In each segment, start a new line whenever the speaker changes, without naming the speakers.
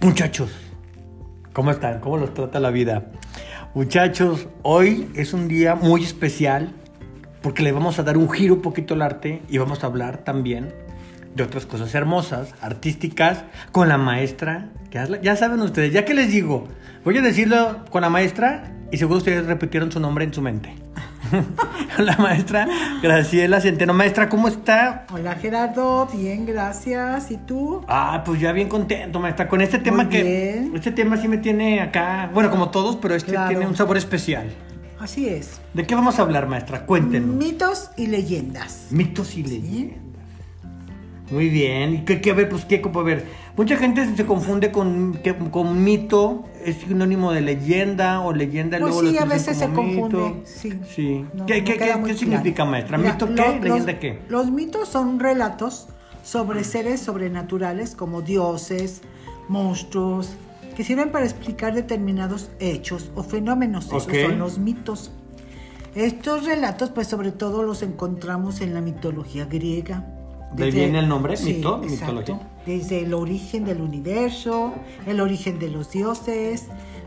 Muchachos, ¿cómo están? ¿Cómo los trata la vida? Muchachos, hoy es un día muy especial porque le vamos a dar un giro un poquito al arte y vamos a hablar también de otras cosas hermosas, artísticas, con la maestra. que es la- Ya saben ustedes, ya que les digo, voy a decirlo con la maestra y seguro ustedes repitieron su nombre en su mente. la maestra Graciela Centeno. Maestra, ¿cómo está?
Hola Gerardo, bien, gracias. ¿Y tú?
Ah, pues ya bien contento, maestra, con este tema
Muy
que...
bien.
Este tema sí me tiene acá, bueno, como todos, pero este
Claro.
tiene un sabor especial.
Así es.
¿De qué vamos a hablar, maestra? Cuéntenos.
Mitos y leyendas.
Mitos y leyendas. Muy bien. ¿Y qué, qué? A ver, pues qué, como, a ver. Mucha gente se confunde con, que- con mito, es sinónimo de leyenda o leyenda.
Pues
luego
sí,
lo
a
utilizan
veces se
como mito.
confunde. Sí.
Sí.
No,
¿Qué,
no
qué-
queda
qué-
muy
qué
claro.
significa, maestra?
Mira,
¿Mito
lo-
qué?
los-
¿Leyenda qué?
Los mitos son relatos sobre seres sobrenaturales como dioses, monstruos, que sirven para explicar determinados hechos o fenómenos.
Ok.
Esos son los mitos. Estos relatos, pues sobre todo los encontramos en la mitología griega.
¿De ahí viene el nombre? ¿Mito?
exacto.
¿Mitología?
Desde el origen del universo, el origen de los dioses,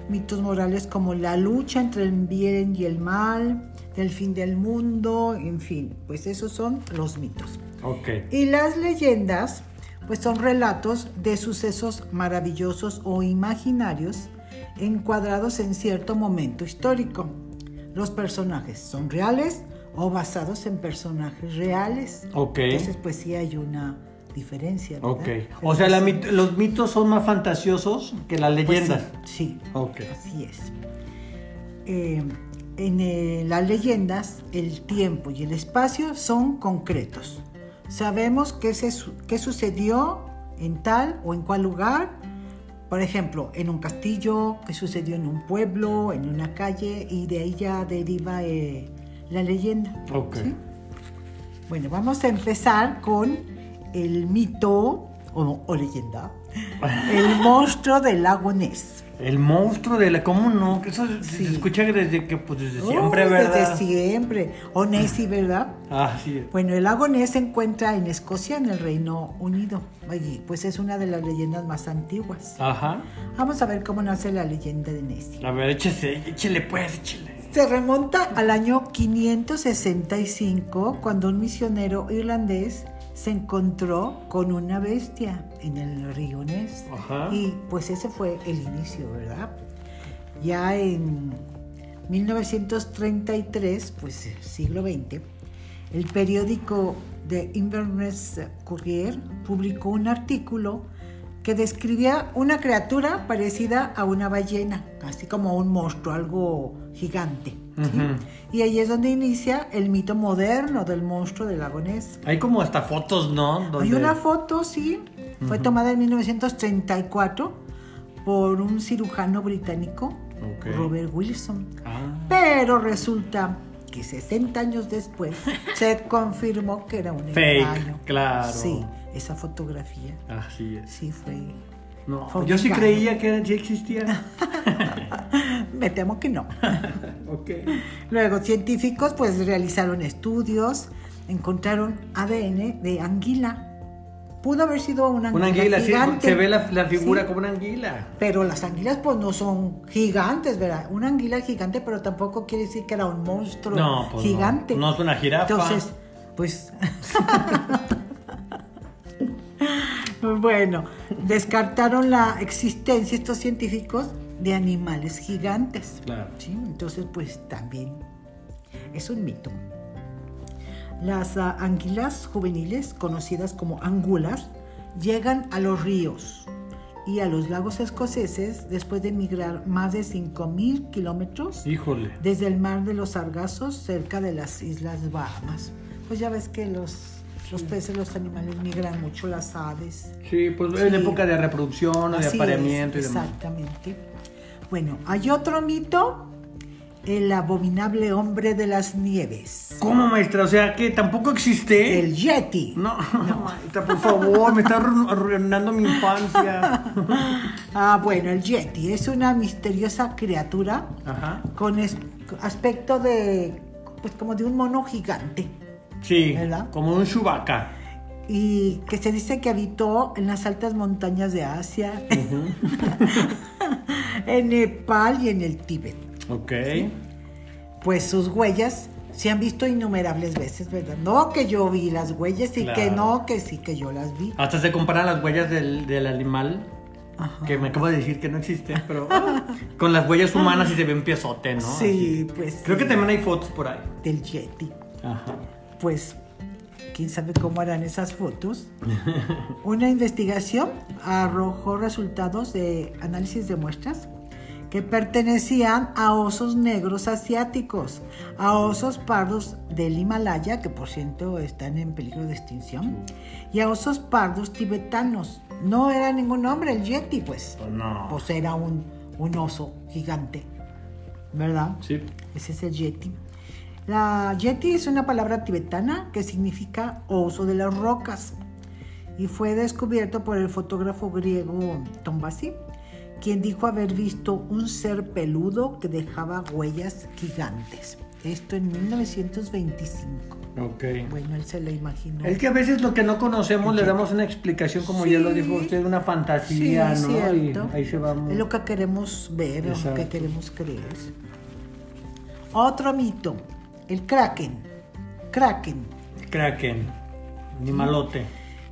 mitos morales como la lucha entre el bien y el mal, del fin del mundo, en fin, pues esos son los mitos.
Ok.
Y las leyendas, pues son relatos de sucesos maravillosos o imaginarios encuadrados en cierto momento histórico. Los personajes son reales o basados en personajes reales.
Ok.
Entonces, pues sí hay una diferencia. ¿verdad?
Ok. O sea, la
Entonces,
mit- los mitos son más fantasiosos que las
pues
leyendas.
sí, sí,
Ok.
así es. Eh, en eh, las leyendas, el tiempo y el espacio son concretos. Sabemos qué, se su- qué sucedió en tal o en cual lugar. Por ejemplo, en un castillo, qué sucedió en un pueblo, en una calle, y de ahí ya deriva eh, la leyenda.
Ok.
¿sí? Bueno, vamos a empezar con el mito o, o leyenda. El monstruo del lago Ness.
El monstruo de la... ¿Cómo no? Eso se-
Sí.
se escucha desde que, pues desde siempre,
Uy,
¿verdad?
Desde siempre. O Nessie, ¿verdad?
Ah, sí.
Bueno, el lago Ness se encuentra en Escocia, en el Reino Unido. Allí, pues es una de las leyendas más antiguas.
Ajá.
Vamos a ver cómo nace la leyenda de Nessie.
A ver, échese, échele pues, échele.
Se remonta al año 565 cuando un misionero irlandés se encontró con una bestia en el río Ness.
Ajá.
Y pues ese fue el inicio, ¿verdad? Ya en 1933, pues siglo XX, el periódico The Inverness Courier publicó un artículo que describía una criatura parecida a una ballena, así como un monstruo, algo gigante. ¿sí? Y ahí es donde inicia el mito moderno del monstruo del lago Ness.
Hay como hasta fotos, ¿no? Donde-
Hay una foto, sí, fue tomada en 1934 por un cirujano británico,
Ok.
Robert Wilson.
Ah,
Pero resulta que 60 años después se confirmó que era un
Fake,
engaño.
claro.
Sí, esa fotografía
así es.
sí fue.
No,
Fue
yo sí
mexicano.
creía que ya existía.
Me temo que no.
ok.
Luego, científicos pues realizaron estudios, encontraron ADN de anguila. Pudo haber sido una anguila,
Una anguila, sí,
gigante.
se ve la, la figura
Sí,
como una anguila.
Pero las anguilas pues no son gigantes, ¿verdad? Una anguila gigante, pero tampoco quiere decir que era un monstruo
No, pues no.
gigante.
No es una jirafa.
Entonces, pues... bueno, descartaron la existencia estos científicos de animales gigantes.
Claro.
¿sí? Entonces, pues también es un mito. Las ah, anguilas juveniles, conocidas como angulas, llegan a los ríos y a los lagos escoceses después de migrar más de 5.000 kilómetros
Híjole.
desde el mar de los Sargazos cerca de las Islas Bahamas. Pues ya ves que los, los peces, los animales migran mucho, las aves.
Sí, pues
Sí.
en época de reproducción, de
Así
apareamiento
es,
y demás.
Exactamente. Bueno, hay otro mito, el abominable hombre de las nieves,
¿Cómo, maestra? O sea, que tampoco existe.
el yeti.
No, maestra, por favor, me está arru- arruinando mi infancia.
Ah, bueno, el yeti es una misteriosa criatura
Ajá.
con es- aspecto de, pues como de un mono gigante.
Sí,
¿Verdad?
como un chubaca.
y que se dice que habitó en las altas montañas de Asia, en Nepal y en el Tíbet.
Ok.
Pues sus huellas se han visto innumerables veces, ¿verdad? No que yo vi las huellas y que
Claro.
no, que sí que yo las vi.
Hasta se comparan las huellas del, del animal,
Ajá.
que me acabo de decir que no existe, pero ah, con las huellas humanas y se ve un piezote, ¿no?
Sí, pues,
Creo que
sí.
también hay fotos por ahí.
Del Yeti.
Ajá.
Pues, quién sabe cómo harán esas fotos. Una investigación arrojó resultados de análisis de muestras que pertenecían a osos negros asiáticos, a osos pardos del Himalaya, que por cierto están en peligro de extinción, y a osos pardos tibetanos. No era ningún hombre el Yeti, pues.
Pues no.
Pues era un, un oso gigante, ¿verdad?
Sí.
Ese es el yeti. La yeti es una palabra tibetana que significa oso de las rocas y fue descubierto por el fotógrafo griego Tombasi, quien dijo haber visto un ser peludo que dejaba huellas gigantes. Esto en 1925.
Ok.
Bueno, él se lo imaginó.
Es que a veces lo que no conocemos le damos una explicación, como ya lo dijo
Sí.
usted, una
Sí,
fantasía,
es
¿no?
cierto.
Y ahí se va.
Es lo que queremos ver, lo que
Exacto.
queremos creer. Otro mito, el kraken. Kraken,
Kraken. Animalote.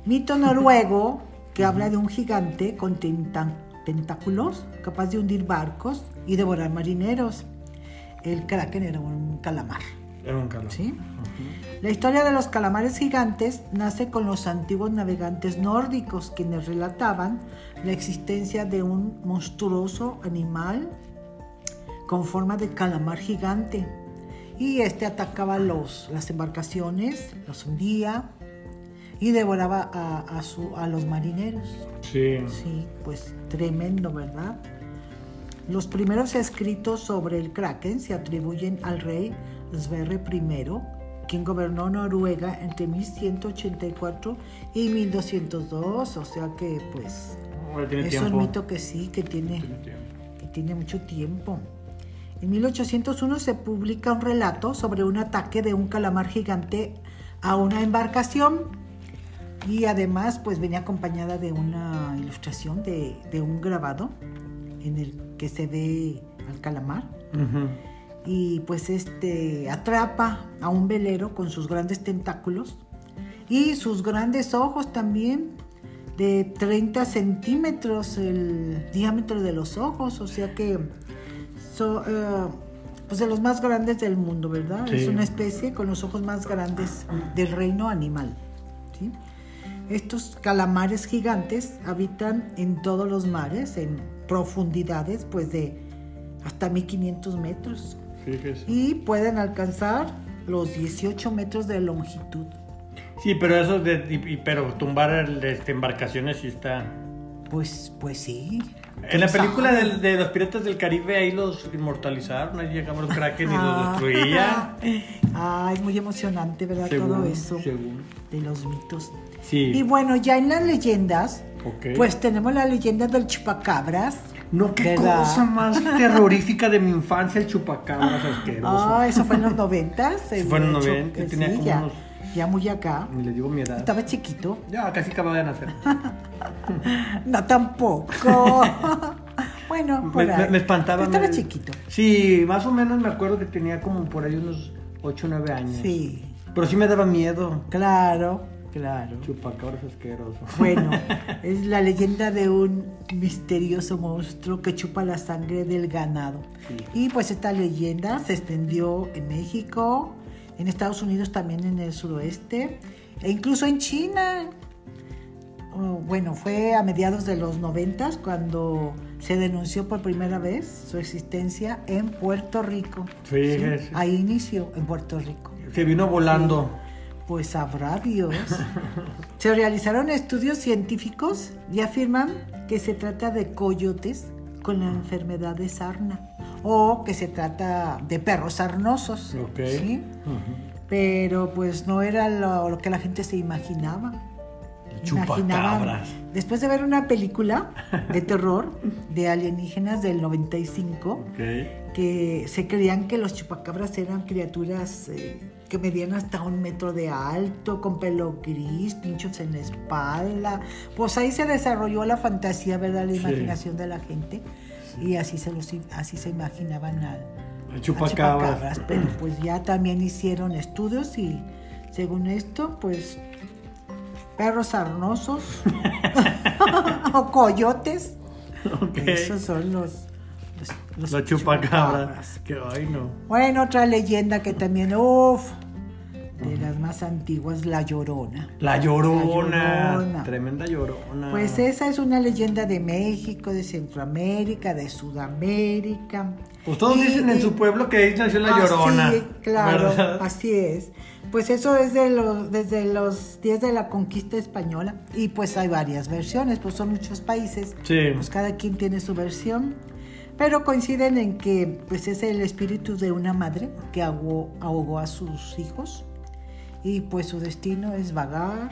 mito noruego que habla de un gigante con tenta- tentáculos capaz de hundir barcos y devorar marineros. El kraken era un calamar,
Era un calor.
¿sí? La historia de los calamares gigantes nace con los antiguos navegantes nórdicos quienes relataban la existencia de un monstruoso animal con forma de calamar gigante y este atacaba los, las embarcaciones, los hundía y devoraba a, a su- a los marineros.
Sí.
Sí, pues tremendo, ¿verdad? Los primeros escritos sobre el kraken se atribuyen al rey Sverre I, quien gobernó Noruega entre 1184 y 1202, o sea que pues
Ahora tiene
es
tiempo.
un mito que sí, que tiene,
Tiene tiempo.
que tiene mucho tiempo. En 1801 se publica un relato sobre un ataque de un calamar gigante a una embarcación y además pues venía acompañada de una ilustración de, de un grabado en el que se ve al calamar
Ujú.
y pues este atrapa a un velero con sus grandes tentáculos y sus grandes ojos también de 30 centímetros el diámetro de los ojos, o sea que son pues de los más grandes del mundo, ¿verdad?
Sí.
Es una especie con los ojos más grandes del reino animal. ¿sí? Estos calamares gigantes habitan en todos los mares, en profundidades pues de hasta 1500 metros
Fíjese.
y pueden alcanzar los 18 metros de longitud.
Sí, pero eso de. y- y- pero tumbar el, este, embarcaciones sí está.
Pues, pues sí.
En la película del- de, los piratas del Caribe ahí los inmortalizaron, ahí llegaba el kraken y los destruía.
Ah, es Ah. muy emocionante, ¿verdad? Todo eso
Según.
de los mitos.
Sí.
Y bueno, ya en las leyendas,
Ok.
pues tenemos la leyenda del chupacabras.
No, qué
¿Verdad?
cosa más terrorífica de mi infancia el chupacabras asqueroso.
Ah, eso fue en los noventas. el
fue en los
chu-
90,
eh,
tenía
sí,
como
ya,
unos-
ya muy acá.
Ni les digo mi edad.
Estaba chiquito.
Ya, casi acababa de nacer.
No, tampoco. bueno,
Me,
Ah, por
me-
ahí.
me espantaba.
Estaba
me-
chiquito.
Sí, más o menos me acuerdo que tenía como por ahí unos 8 o 9 años.
Sí,
Pero sí me daba miedo.
claro, claro.
Chupacabras asqueroso.
Bueno, es la leyenda de un misterioso monstruo que chupa la sangre del ganado. Y pues esta leyenda se extendió en México, en Estados Unidos también en el suroeste, e incluso en China. Oh, Bueno, fue a mediados de los noventas cuando se denunció por primera vez su existencia en Puerto Rico.
Fíjese.
Ahí inició, en Puerto Rico.
Se vino volando.
Pues sabrá Dios. se realizaron estudios científicos y afirman que se trata de coyotes con la enfermedad de sarna o que se trata de perros sarnosos.
Ok.
¿sí?
Ujú.
Pero pues no era lo, lo que la gente se imaginaba.
Chupacabras.
Imaginaban- Después de ver una película de terror de alienígenas del 95,
Ok.
que se creían que los chupacabras eran criaturas eh, que medían hasta un metro de alto, con pelo gris, pinchos en la espalda. Pues ahí se desarrolló la fantasía, ¿verdad? La imaginación de la gente. Y así se, los, así se imaginaban al,
Al chupacabras.
chupacabras. Pero pues ya también hicieron estudios y según esto, pues perros sarnosos o coyotes.
Ok.
Esos son los, los, los
La chupacabra. Que, ay, no.
Bueno, otra leyenda que también, uff, de las más antiguas, La Llorona.
La llorona.
La Llorona.
Tremenda llorona.
Pues esa es una leyenda de México, de Centroamérica, de Sudamérica.
Pues todos
Y-
dicen en
y-
su pueblo que ahí nació la llorona.
Así, Ah, claro,
¿verdad?
así es. Pues eso es de los, desde los días de la conquista española. Y pues hay varias versiones, pues son muchos países.
Sí.
Pues cada quien tiene su versión. Pero coinciden en que pues es el espíritu de una madre que ahogó, ahogó a sus hijos. Y pues su destino es vagar,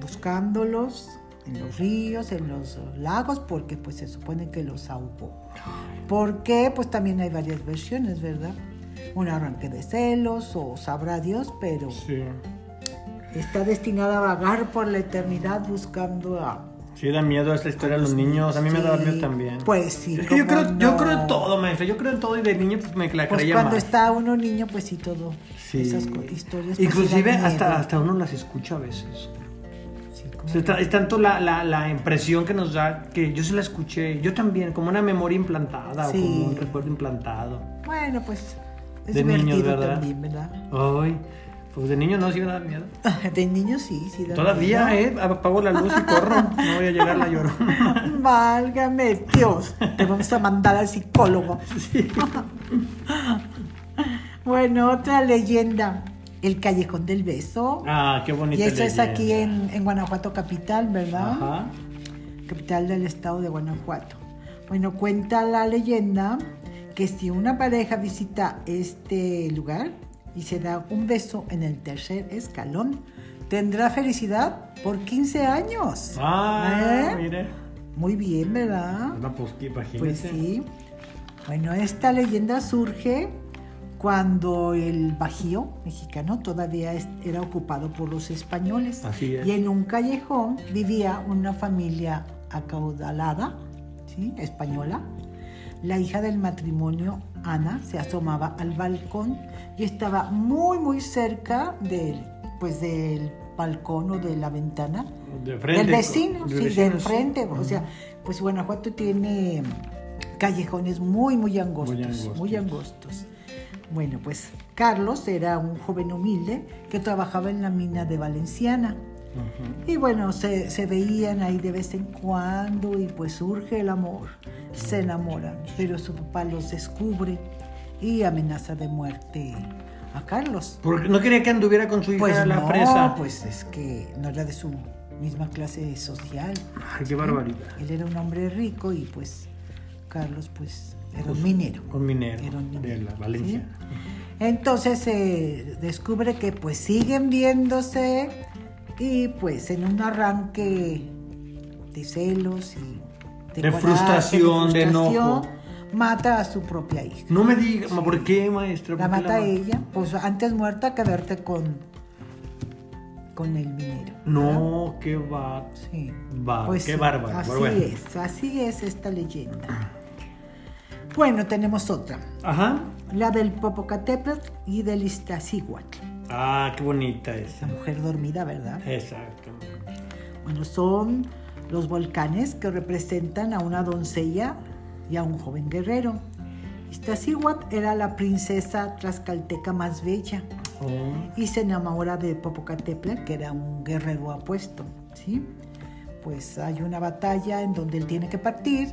buscándolos en los ríos, en los lagos, porque pues se supone que los ahogó. Porque pues también hay varias versiones, ¿verdad? Un arranque de celos o sabrá Dios, pero
Sí.
está destinada a vagar por la eternidad buscando a...
Sí, da miedo esta historia a los niños. A mí me da
Pues Sí,
miedo también.
pues sí,
Es que yo
cómo
creo, yo
no.
creo en todo, maestra. Yo creo en todo y de niño pues, me la
Pues
creía
cuando
más.
está uno niño, pues sí, todo.
Sí.
Esas co- historias. pues, sí
Inclusive
dan
hasta,
miedo.
hasta uno las escucha a veces.
Sí,
O
como-
sea, está- es tanto la, la- la impresión que nos da que yo se la escuché, yo también, como una memoria implantada
Sí.
o como un recuerdo implantado.
Bueno, pues es
De niños,
divertido
¿verdad?
también, ¿verdad?
Ay, pues de niño no, sí me da miedo.
De niño sí, sí. da
Todavía,
miedo.
¿eh? Apago la luz y corro. No voy a llegar la llorona.
Válgame Dios, te vamos a mandar al psicólogo.
Sí.
Bueno, otra leyenda, el Callejón del Beso.
Ah, qué bonita
y eso es
leyenda.
aquí en, en Guanajuato capital, ¿verdad?
Ajá.
Capital del estado de Guanajuato. Bueno, cuenta la leyenda que si una pareja visita este lugar y se da un beso en el tercer escalón, tendrá felicidad por 15 años.
Ah,
¿Eh?
mire. Ah,
Muy bien, ¿verdad?
Una posqui, imagínate.
Pues sí. Bueno, esta leyenda surge cuando el Bajío mexicano todavía es- era ocupado por los españoles.
Así es.
Y en un callejón vivía una familia acaudalada, ¿sí? española. La hija del matrimonio, Ana, se asomaba al balcón y estaba muy, muy cerca del, pues, del balcón o de la ventana
De frente.
del vecino, sí, de
vecino,
enfrente. O
Ajá.
sea, pues Guanajuato tiene callejones muy, muy angostos, muy
Muy
angostos.
angostos.
Bueno, pues Carlos era un joven humilde que trabajaba en la mina de Valenciana.
Ajá.
Y bueno, se, se veían ahí de vez en cuando y pues surge el amor. Se enamoran, pero su papá los descubre y amenaza de muerte a Carlos.
Porque no quería que anduviera con su hija
Pues
a la
no,
presa.
pues es que no era de su misma clase social.
Ay, qué barbaridad.
Él era un hombre rico y pues Carlos pues era un minero.
Con minero.
Era un
de
minero,
la Valencia.
Entonces se descubre que pues siguen viéndose y pues en un arranque de celos y
De
coraje,
frustración, de enojo.
mata a su propia hija.
No me diga, ma, ¿por qué, maestra?
La
¿Por qué
mata ella, pues antes muerta que verte con con el minero. ¿Ah?
No, qué va.
Sí.
Va, qué
sí,
bárbaro,
Así
pero bueno.
es, así es esta leyenda. Bueno, tenemos otra,
Ajá.
la del Popocatépetl y del Iztaccíhuatl.
Ah, qué bonita es.
La mujer dormida, ¿verdad?
Exacto.
Bueno, son los volcanes que representan a una doncella y a un joven guerrero. Iztaccíhuatl era la princesa tlaxcalteca más bella
Oh,
y se enamora de Popocatépetl, que era un guerrero apuesto, ¿sí? Pues hay una batalla en donde él tiene que partir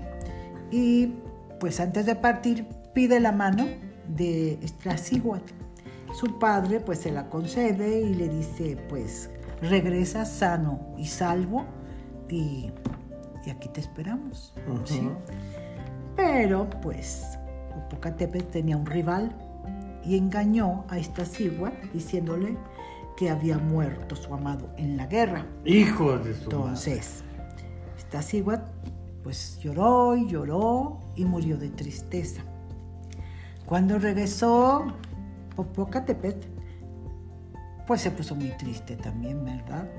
y pues antes de partir pide la mano de Iztaccíhuatl. Su padre pues se la concede y le dice pues regresa sano y salvo y, y aquí te esperamos,
ujú.
¿sí? Pero pues Popocatépetl tenía un rival y engañó a Iztaccíhuatl diciéndole que había muerto su amado en la guerra.
Hijo de su.
Entonces, Iztaccíhuatl pues lloró y lloró y murió de tristeza. Cuando regresó Popocatépetl pues se puso muy triste también, ¿verdad?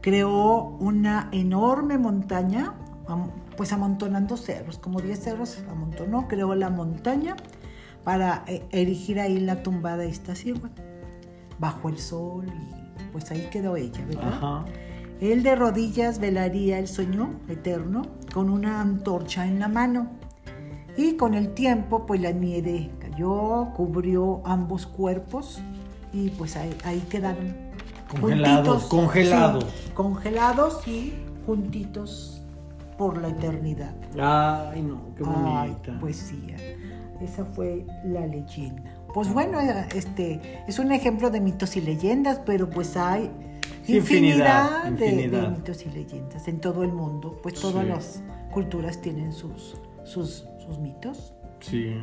Creó una enorme montaña, pues amontonando cerros, como 10 cerros amontonó, creó la montaña para eh, erigir ahí la tumba de esta sirva, bajo el sol, y pues ahí quedó ella, ¿verdad? Ajá. Él de rodillas velaría el sueño eterno con una antorcha en la mano. Y con el tiempo, pues la nieve cayó, cubrió ambos cuerpos y pues ahí, ahí quedaron.
Congelados, juntitos, congelados.
Sí, congelados y juntitos por la eternidad.
Ay, no, qué bonita. Ay,
poesía. Esa fue la leyenda. Pues bueno, este es un ejemplo de mitos y leyendas, pero pues hay Infinidad, infinidad, de, infinidad, de, mitos y leyendas en todo el mundo. Pues todas sí. las culturas tienen sus, sus, sus, mitos.
Sí,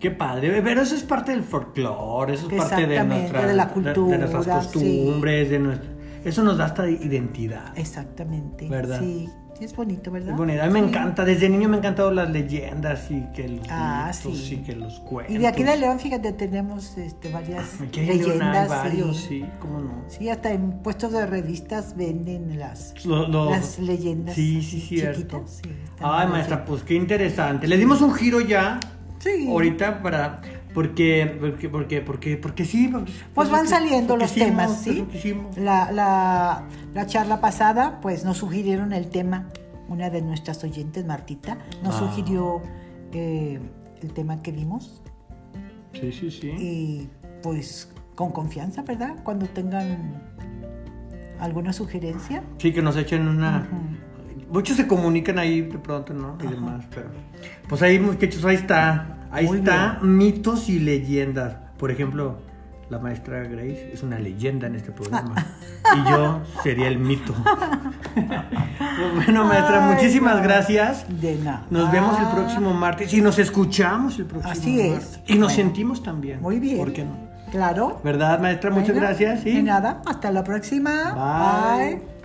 qué padre. Pero eso es parte del folclore, eso es parte de, nuestra,
de la cultura,
de, nuestras costumbres, sí. de nuestra, eso nos da esta identidad.
Exactamente.
¿Verdad?
Sí. Es bonito, ¿verdad?
Es bonito. A mí sí. me encanta. Desde niño me han encantado las leyendas y que los ah, mitos sí. y que los cuentos.
Y de aquí de León, fíjate, tenemos este, varias
aquí
leyendas.
Hay varios, sí. sí. cómo no.
Sí, hasta en puestos de revistas venden las, lo, lo... las leyendas.
Sí, sí, cierto. Sí, Ay, maestra, bien. pues qué interesante. Le dimos un giro ya. Sí. Ahorita para... Porque, porque, porque, porque, porque sí. Porque,
pues van saliendo los temas, ¿sí? La, la, la, charla pasada, pues nos sugirieron el tema, una de nuestras oyentes, Martita, nos ah. sugirió eh, el tema que vimos.
Sí, sí, sí.
Y pues con confianza, ¿verdad? Cuando tengan alguna sugerencia.
Sí, que nos echen una... Uh -huh muchos se comunican ahí de pronto, ¿no? Y Ajá. demás, pero. Pues ahí, muchachos, ahí está. Ahí Muy está bien. mitos y leyendas. Por ejemplo, la maestra Grace es una leyenda en este programa. y yo sería el mito. pues bueno, maestra, Ay, muchísimas no. gracias.
De nada.
Nos vemos el próximo martes y nos escuchamos el próximo
Ah. Así
martes.
es.
Y nos bueno. sentimos también.
Ah, Muy bien.
¿Por qué no?
Claro.
¿Verdad, maestra? Muchas bueno, gracias.
¿sí? De nada. Hasta la próxima.
Bye. Bye.